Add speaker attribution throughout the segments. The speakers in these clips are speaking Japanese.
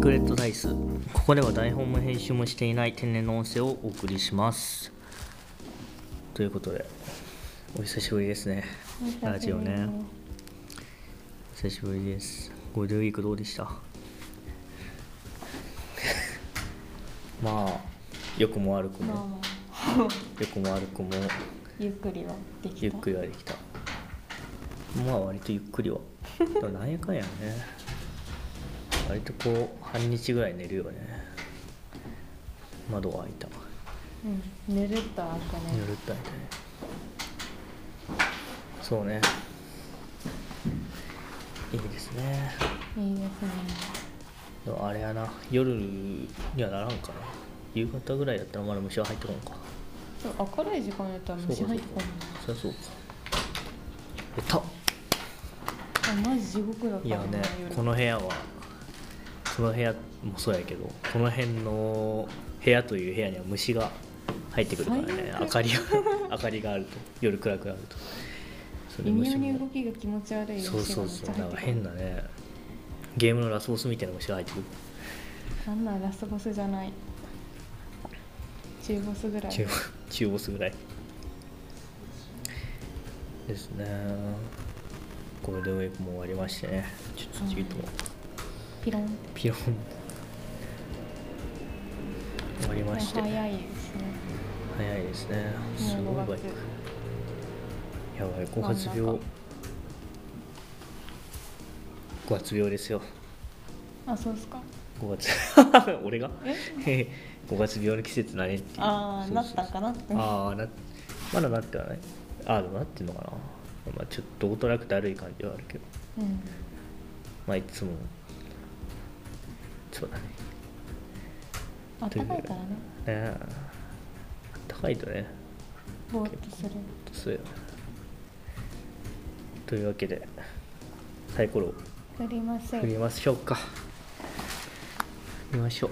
Speaker 1: クレットダイスここでは台本も編集もしていない天然の音声をお送りしますということでお久しぶりですねラジオね久しぶりですゴールデンウィークどうで したまあ良くも悪く
Speaker 2: まあ
Speaker 1: も
Speaker 2: まあ
Speaker 1: 良くも悪くも
Speaker 2: ゆっくりはできた
Speaker 1: ゆっくりはできたまあ割とゆっくりはでもなんやかんやね割とこう半日ぐらい寝るよね窓が開いた
Speaker 2: うんぬるっと
Speaker 1: ぬる
Speaker 2: 開くね
Speaker 1: っと開いたねそうねいいですね
Speaker 2: いいですね
Speaker 1: でもあれやな夜にはならんかな夕方ぐらいだったらまだ虫は入ってこんか
Speaker 2: そう明るい時間やったら虫入ってこな
Speaker 1: そうかそうかそりゃそうかやった
Speaker 2: いあマジ地獄だった
Speaker 1: いやね
Speaker 2: 夜
Speaker 1: この部屋はその部屋もそうやけどこの辺の部屋という部屋には虫が入ってくるからね
Speaker 2: 最悪
Speaker 1: 明かりが 明かりがあると夜暗くなるとそれ
Speaker 2: 微妙
Speaker 1: 虫
Speaker 2: に動
Speaker 1: も
Speaker 2: きが気持ち悪い
Speaker 1: そうそうそうなんか変
Speaker 2: な
Speaker 1: なねゲームのラスボスみたいな虫が入ってくる
Speaker 2: なんなんラスボスじゃない中ボスぐらい
Speaker 1: 中中ボスぐらいですねゴールデンウィークも終わりましてねちょっとちょっと
Speaker 2: ピロン
Speaker 1: ピロン終わりまして
Speaker 2: 早いですね
Speaker 1: 早いですねす
Speaker 2: も
Speaker 1: ご
Speaker 2: う
Speaker 1: い
Speaker 2: 5
Speaker 1: バイ
Speaker 2: 月
Speaker 1: クやばい5月
Speaker 2: 真ん
Speaker 1: 病
Speaker 2: 中
Speaker 1: 5月病ですよ
Speaker 2: あそうっすか
Speaker 1: 5月 俺が
Speaker 2: え
Speaker 1: 5月病の季節だねっていう
Speaker 2: ああ
Speaker 1: そう
Speaker 2: な
Speaker 1: そう
Speaker 2: っ
Speaker 1: そう
Speaker 2: たかなって
Speaker 1: ああなまだなってはないああでもなってんのかなまあちょっとおとなくだるい感じはあるけど
Speaker 2: うん
Speaker 1: まあいつもそうだね
Speaker 2: あったかいからね
Speaker 1: ねえあったかいとね
Speaker 2: ぼーっとする
Speaker 1: そうよというわけでサイコロを
Speaker 2: 振りません
Speaker 1: 振りましょうか振りましょう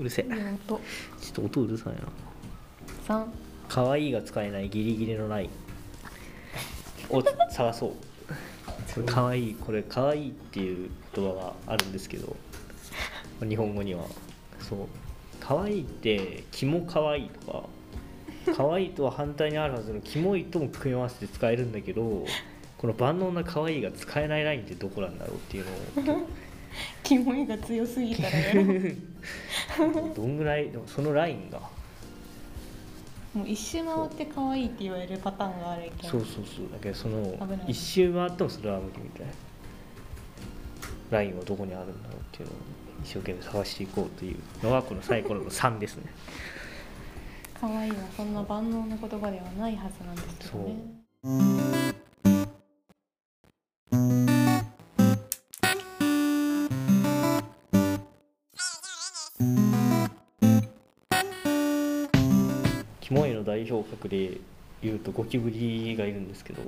Speaker 1: うるせえ
Speaker 2: いい音
Speaker 1: ちょっと音うるさいな
Speaker 2: 三。
Speaker 1: 可愛いが使えないギリギリのラインを探そうこれ可愛いこれ可愛いっていう言葉があるんですけど日本語にはそう可愛いって「キモ可愛いとか「可愛いとは反対にあるはずの「キモい」とも組み合わせて使えるんだけどこの万能な可愛いが使えないラインってどこなんだろうっていうのを
Speaker 2: キモいが強すぎたらやろう
Speaker 1: どんぐらいでもそのラインが
Speaker 2: もう一周回って可愛いって言われるパターンがあるけど
Speaker 1: そうそうそうだけどその
Speaker 2: 危ない
Speaker 1: 一周回ってもそれは無理みたいなラインはどこにあるんだろうっていうのを一生懸命探していこうというのがこのサイコロの3ですね
Speaker 2: 可愛いはそんな万能な言葉ではないはずなんですけどね
Speaker 1: キモいの代表格で言うとゴキブリがいるんですけど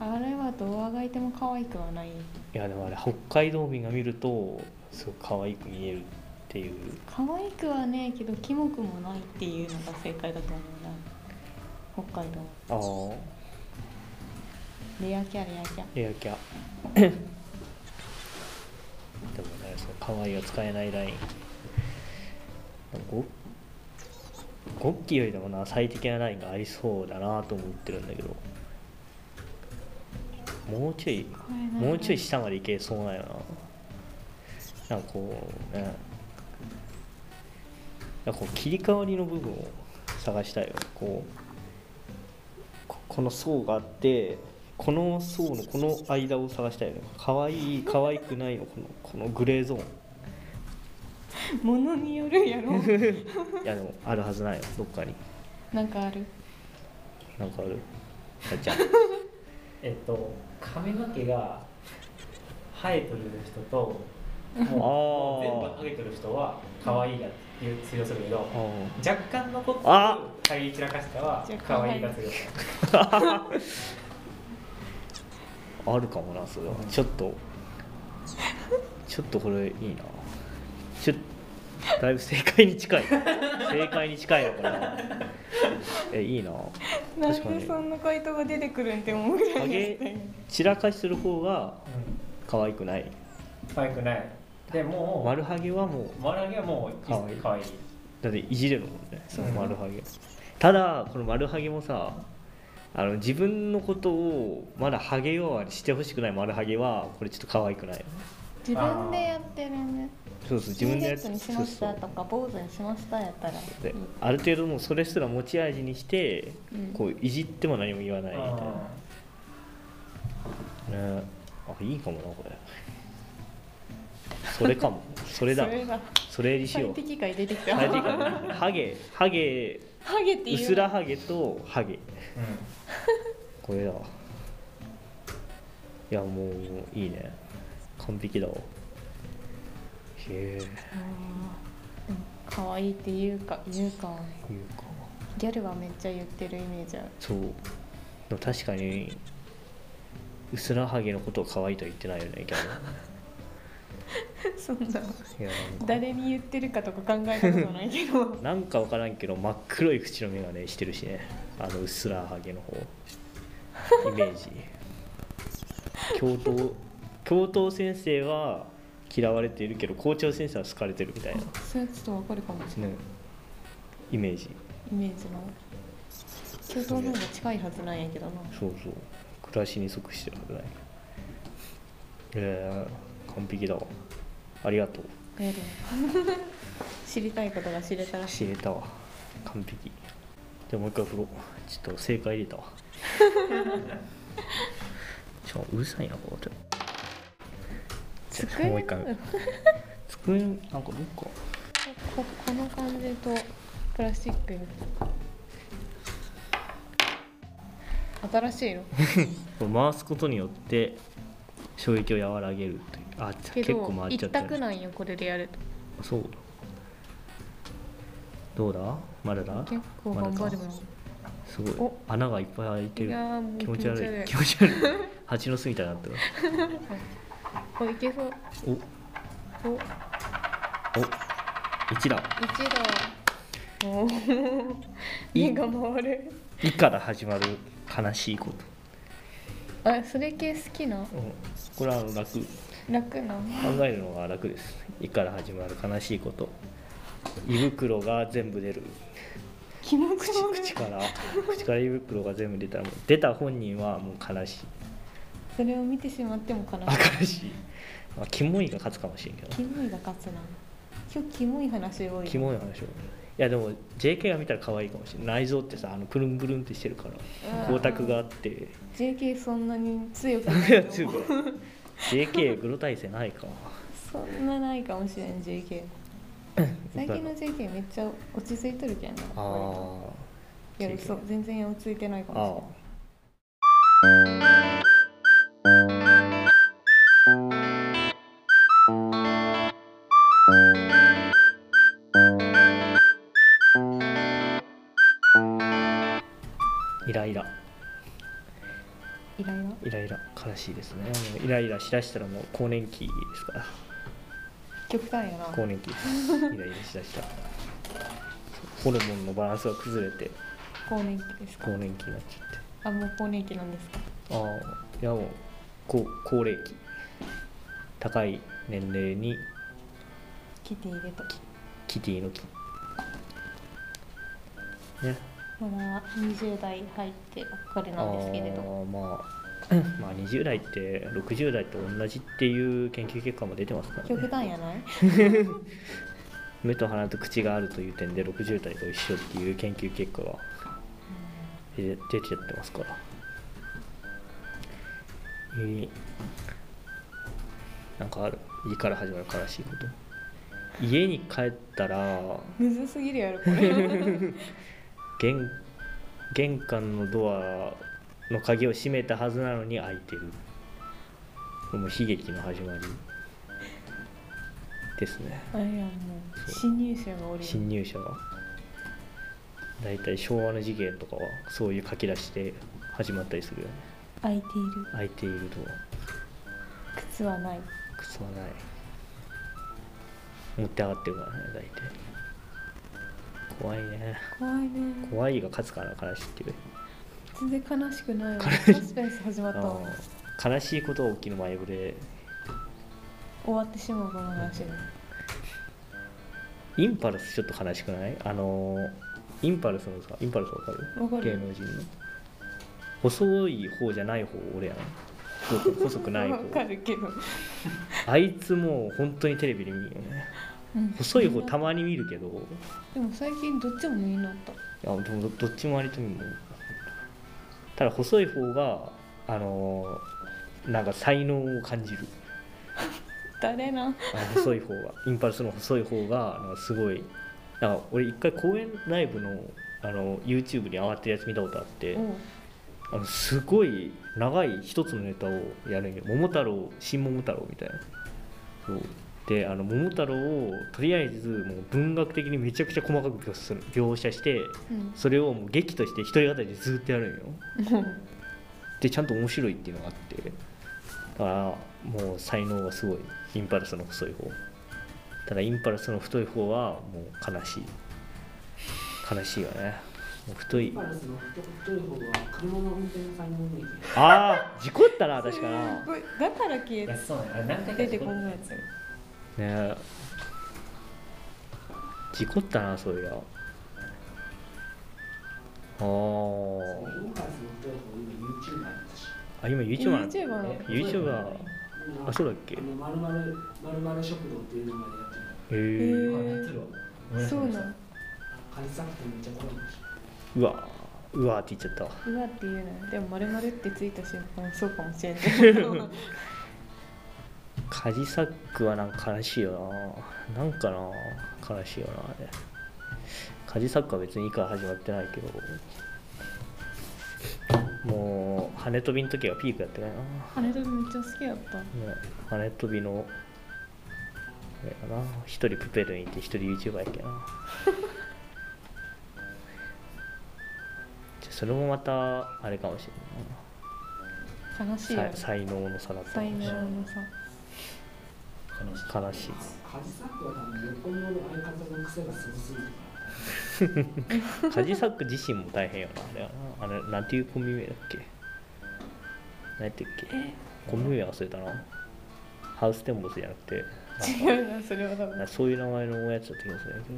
Speaker 2: あれはどうあがいても可愛くはない
Speaker 1: いやでもあれ北海道民が見るとすごく可愛く見えるっていう
Speaker 2: 可愛くはねえけどキモくもないっていうのが正解だと思うな北海道
Speaker 1: ああ
Speaker 2: レアキャレアキャ
Speaker 1: レアキャでもねその可愛いが使えないラインゴゴッキーよりでもな最適なラインがありそうだなと思ってるんだけどもうちょい
Speaker 2: これなんか
Speaker 1: もうちょい下まで行けそうなんよななんかこうねなんかこう切り替わりの部分を探したいよこうここの層があってこの層のこの間を探したいよね可愛い可愛くないのこのこのグレーゾーン
Speaker 2: ものによるやろ
Speaker 1: いやでもあるはずないよどっかに
Speaker 2: なんかある
Speaker 1: なんかあるやっちゃん
Speaker 3: えっと髪の毛が生えとる人ともう
Speaker 1: あー
Speaker 3: 全部生えとる人は可愛いが通用するけど
Speaker 1: あー
Speaker 3: 若干残って
Speaker 1: あ
Speaker 3: る髪散らかしたは
Speaker 2: 若干
Speaker 3: 可愛いが通用する
Speaker 1: あるかもなそれは、ちょっとちょっとこれいいなちょだいぶ正解に 近い正解に近いのかなえいいな
Speaker 2: なん
Speaker 1: 確かに
Speaker 2: でそんな回答が出てくるんって思うぐらい
Speaker 1: あ
Speaker 2: で
Speaker 1: げ
Speaker 2: すね
Speaker 1: 散らかしする方が可愛くない
Speaker 3: 可愛くないでもう
Speaker 1: 丸ハゲはもう
Speaker 3: 丸揚げはもう
Speaker 1: 可愛い
Speaker 3: 可愛い
Speaker 1: だっていじれるもんねその丸ハゲ、ただこの丸ハゲもさあの自分のことをまだハゲようにしてほしくない丸ハゲはこれちょっと可愛くない
Speaker 2: 自分でやってるね
Speaker 1: そうそう自分のやつ
Speaker 2: シーレットにし
Speaker 1: そう
Speaker 2: まし
Speaker 1: そ
Speaker 2: た
Speaker 1: う
Speaker 2: とか坊主にしましたやったら
Speaker 1: で
Speaker 2: うん
Speaker 1: ある程度もうそれすら持ち味にして
Speaker 2: うん
Speaker 1: こういじっても何も言わないみたいな
Speaker 3: あ
Speaker 1: ねあいいかもなこれそれかも それだ
Speaker 2: それだ
Speaker 1: それにしよう
Speaker 2: 最適解出てきた
Speaker 1: 最適化ハゲハゲ
Speaker 2: ハゲっていう
Speaker 1: 薄らハゲとハゲ
Speaker 3: ーう
Speaker 1: これだいやもういいね完璧だわへえ
Speaker 2: 可愛いっていうか言うか
Speaker 1: いうか
Speaker 2: ギャルはめっちゃ言ってるイメージある
Speaker 1: そうでも確かに薄らハゲのことを可愛いとは言ってないよねギャルは
Speaker 2: そんない
Speaker 1: やなんか
Speaker 2: 誰に言ってるかとか考えたことないけど
Speaker 1: なんか分からんけど真っ黒い口の眼鏡してるしねあのうっすらハゲの方イメージ教頭教頭先生は嫌われているけど校長先生は好かれてるみたいな、
Speaker 2: それちょっとわかるかもしれない
Speaker 1: ね、イメージ
Speaker 2: イメージの教頭の方が近いはずなんやけどな
Speaker 1: そうそう暮らしに即してるはずないえー、完璧だわありがとう
Speaker 2: ギャル 知りたいことが知れたらしい
Speaker 1: 知れたわ完璧じゃあもう一回振ろうちょっと正解入れたわ ちょうるさいなこれちょ
Speaker 2: 机
Speaker 1: もう一回
Speaker 2: の
Speaker 1: 机なんかどっか
Speaker 2: ここの感じとプラスチックよ新しいの
Speaker 1: これ回すことによって衝撃を和らげるっていうあ
Speaker 2: け
Speaker 1: 結
Speaker 2: ど
Speaker 1: 構回っちゃ
Speaker 2: 一
Speaker 1: ったね
Speaker 2: 択なんよこれでやると
Speaker 1: そうどうだまだだ
Speaker 2: 結構頑張るもん
Speaker 1: すごい
Speaker 2: お
Speaker 1: 穴がいっぱい開いて
Speaker 2: い
Speaker 1: る
Speaker 2: やーもう
Speaker 1: 気持ち悪い
Speaker 2: 気
Speaker 1: 気持ち悪い蜂の巣みたいになってる
Speaker 2: おいけそう
Speaker 1: おお
Speaker 2: お
Speaker 1: 一だ
Speaker 2: 一だおー
Speaker 1: い
Speaker 2: 目が回る
Speaker 1: 「い」から始まる悲しいこと、
Speaker 2: あそれ系好きな
Speaker 1: うん、これはあの楽考
Speaker 2: 楽な
Speaker 1: えるのが楽です「い」から始まる悲しいこと胃袋が全部出る
Speaker 2: 気持ち
Speaker 1: 口
Speaker 2: 悪い
Speaker 1: 口から口から胃袋が全部出たらもう出た本人はもう悲しい
Speaker 2: それを見てしまっても悲
Speaker 1: あ
Speaker 2: しい
Speaker 1: 悲しい、まあ、キモいが勝つかもしれんけど
Speaker 2: キモいが勝つな今日キモい話多いな
Speaker 1: キモい話をいやでも JK が見たら可愛いかもしれない内臓ってさあのくるんくるんってしてるから光沢があって
Speaker 2: JK そんなに強くない
Speaker 1: い
Speaker 2: と
Speaker 1: や
Speaker 2: 思う
Speaker 1: 強くない JK グロ体制ないか
Speaker 2: そんなないかもしれん JK 最近の JK めっちゃ落ち着いとるけんな
Speaker 1: あ
Speaker 2: 割
Speaker 1: ー
Speaker 2: といや
Speaker 1: JK
Speaker 2: 嘘全然落ち着いてないか
Speaker 1: ああ
Speaker 2: も
Speaker 1: イライライ
Speaker 2: しれないイライラ
Speaker 1: ライラ悲しいですねもうイライラしだしたらもう更年期ですから
Speaker 2: 極端やな
Speaker 1: 更年期ですイライラしだしたらホルモンのバランスが崩れて
Speaker 2: 更年期ですか
Speaker 1: 更年期になっちゃって
Speaker 2: あもう更年期なんですか
Speaker 1: ああいやもうこ高齢期高い年齢に
Speaker 2: キティでと
Speaker 1: キティの木ね
Speaker 2: まだ20代入ってばっかり
Speaker 1: あ
Speaker 2: なんですけれど
Speaker 1: ーまあまあ20代って60代と同じっていう研究結果も出てますから
Speaker 2: 極
Speaker 1: ね
Speaker 2: 端やない
Speaker 1: 目と鼻と口があるという点で60代と一緒っていう研究結果が出出ちゃってますからえーなんかある家から始まる悲しいこと家に帰ったら
Speaker 2: むずすぎるやろこれ
Speaker 1: 玄玄関のドアの鍵を閉めたはずなのに開いてるもう悲劇の始まりですね
Speaker 2: あれやんもう侵入者がおるや
Speaker 1: 侵
Speaker 2: ん
Speaker 1: 入者が大体昭和の事件とかはそういう書き出しで始まったりするよね
Speaker 2: 開いている
Speaker 1: 開いているド
Speaker 2: 靴はない
Speaker 1: ア靴はない持って上がってるからね大体怖いね
Speaker 2: 怖いね
Speaker 1: 怖いが勝つから悲しいっていう
Speaker 2: 全然悲しくないわ
Speaker 1: 悲しい
Speaker 2: サスペンス始まったわ
Speaker 1: あー悲しいことが起きる前触れ
Speaker 2: 終わってしまうこの話が
Speaker 1: インパルスちょっと悲しくないあのーインパルスのさインパルスわかる
Speaker 2: わかる
Speaker 1: 芸能人の細い方じゃない方俺やなすごく細くない
Speaker 2: わ
Speaker 1: 方
Speaker 2: かるけど、
Speaker 1: あいつもう本当にテレビで見るよね
Speaker 2: うん
Speaker 1: 細い方たまに見るけど
Speaker 2: でも最近どっちも見になった
Speaker 1: いやでもどどっちも割と見るただ細い方があのーなんか才能を感じる
Speaker 2: 誰な
Speaker 1: あの細い方がインパルスの細い方がなんかすごいなんか俺一回公演ライブのあの YouTube に上がってるやつ見たことあって
Speaker 2: おう
Speaker 1: あのすごい長い一つのネタをやるんよ「桃太郎新桃太郎」みたいなそうであの桃太郎をとりあえずもう文学的にめちゃくちゃ細かく描写描写して
Speaker 2: うん
Speaker 1: それをもう劇として一人語りでずっとやるんよ
Speaker 2: もう
Speaker 1: でちゃんと面白いっていうのがあってだからもう才能はすごいインパルスの細い方ただインパルスの太い方はもう悲しい悲しいよねもう太い
Speaker 4: パルスの太い方が車の運転の才能もいいね。
Speaker 1: ああ事故ったな確か
Speaker 2: す
Speaker 1: なね
Speaker 2: ごいだから消え
Speaker 3: いや
Speaker 2: た
Speaker 3: そうなんやあれ何回か
Speaker 2: 出てこないやつ
Speaker 1: え事故ったなそういやあー
Speaker 4: インパルスの太い方今 YouTube なんだし。
Speaker 1: あ今 YouTuber なの
Speaker 2: YouTuber なの
Speaker 3: え
Speaker 1: YouTuber あそうだっけ
Speaker 4: あのまるまるまるまる食堂っていう名前でやって
Speaker 1: へ
Speaker 4: る。
Speaker 2: へ
Speaker 1: え
Speaker 2: ー
Speaker 3: あやってるわごめんなさ
Speaker 2: そ
Speaker 3: いう
Speaker 2: なん
Speaker 4: カニサクてめっちゃ怖いんでし
Speaker 1: うわうわーって言っちゃったわ
Speaker 2: うわって言うなでも丸々ってついた瞬間そうかも しれない
Speaker 1: カジサックはなんか悲しいよななんかな悲しいよなあれカジサックは別にいいから始まってないけどもう羽飛びの時はピークやってないな
Speaker 2: あれでもめっちゃ好きやった
Speaker 1: ね羽飛びのあれやな一人プペルにいて一人 YouTuber やけな じゃそれもまたあれかもし
Speaker 2: 悲しい
Speaker 1: れ
Speaker 2: よ
Speaker 1: ない
Speaker 2: ね
Speaker 1: なさ才能の差だった
Speaker 2: 才能のさ
Speaker 3: 悲しい
Speaker 1: 悲しい
Speaker 4: ょ。カニサクは多分横にの相方の癖がすごすぎるから。
Speaker 1: カジサック自身も大変よなあれはなあれなんていうコンビ名だっけ何やったっけコンビ名忘れたなハウステンボスじゃなくて
Speaker 2: 違うなそれは多
Speaker 1: なんか
Speaker 2: 分
Speaker 1: そういう名前のやつだった気がするんやけ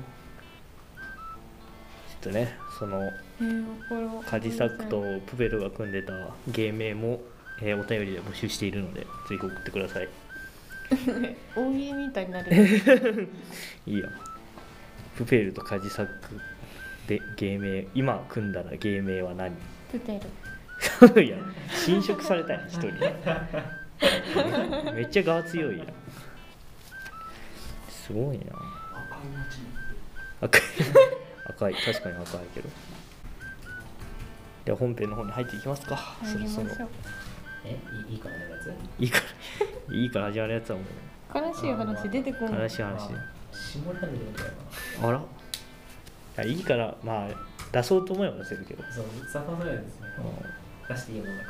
Speaker 1: どちょっとねその
Speaker 2: えー、心
Speaker 1: カジサックとプペルが組んでた芸名も、えーお便りで募集しているのでぜひ送ってください
Speaker 2: 大喜利みたいにな る
Speaker 1: いいやプペルとカジサックで芸名今組んだら芸名は何
Speaker 2: プテル
Speaker 1: いや侵食されたい一人にめっちゃ側強いやんすごいな
Speaker 4: 赤い街に。
Speaker 1: 赤い赤い確かに赤いけどでは本編の方に入っていきますか
Speaker 2: 入りましょう
Speaker 3: えいいいいからねやつ
Speaker 1: いいからいいから始まるやつはも
Speaker 2: 悲しい話出てこな
Speaker 1: う
Speaker 2: い
Speaker 1: 悲しい話
Speaker 3: あ下ネタみたい
Speaker 1: あらいやいいからまあ出そうと思えば出せるけど
Speaker 3: なそうサファサイですね出していいもんなんか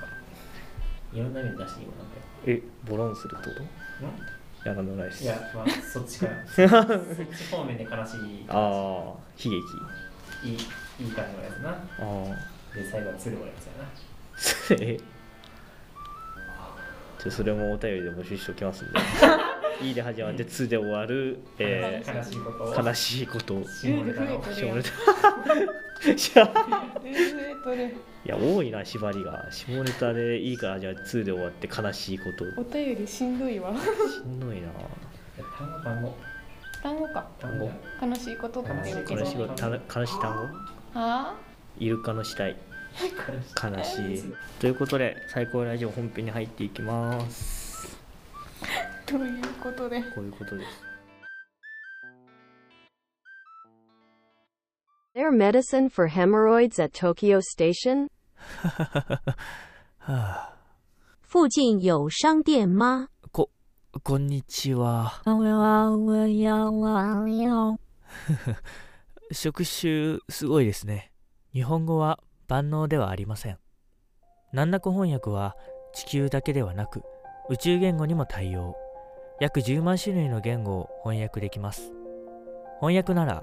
Speaker 3: いろんな意味で出していいもんなんか
Speaker 1: えボロンするってこ
Speaker 3: よ
Speaker 1: とやらないで
Speaker 3: い
Speaker 1: す
Speaker 3: やまあそっちからそっち方面で悲しい
Speaker 1: ああ悲劇
Speaker 3: いいいい感じのやつな
Speaker 1: ああ
Speaker 3: で最後は鶴のやつや な
Speaker 1: えじゃあそれもお便りで募集しておきますん で「い」で始まって「つ」で終わる、え
Speaker 3: 悲しいことを
Speaker 1: ー、悲しいことを
Speaker 3: 下ネタの
Speaker 2: これ
Speaker 1: 下ネタしゃ
Speaker 2: えー、とね
Speaker 1: いや多いな縛りが下ネタで「い」から始まって「つ」で終わって悲しいこと
Speaker 2: お便りしんどいわ
Speaker 1: しんどいな
Speaker 3: 単語単語
Speaker 2: 単語か
Speaker 3: 単語
Speaker 2: 悲しいことかっていうけど
Speaker 1: 悲しいことたの悲しい単語
Speaker 2: はあ
Speaker 1: イルカの死体 悲しいということで最高ラジオ本編に入っていきます
Speaker 2: ということで
Speaker 1: こういうことです
Speaker 5: Their medicine for hemorrhoids at Tokyo Station?
Speaker 6: 附近有商店吗？
Speaker 7: こ、こんにちは。職種、すごいですね。日本語は万能ではありません。難なく翻訳は地球だけではなく宇宙言語にも対応。約10万種類の言語を翻訳できます。翻訳なら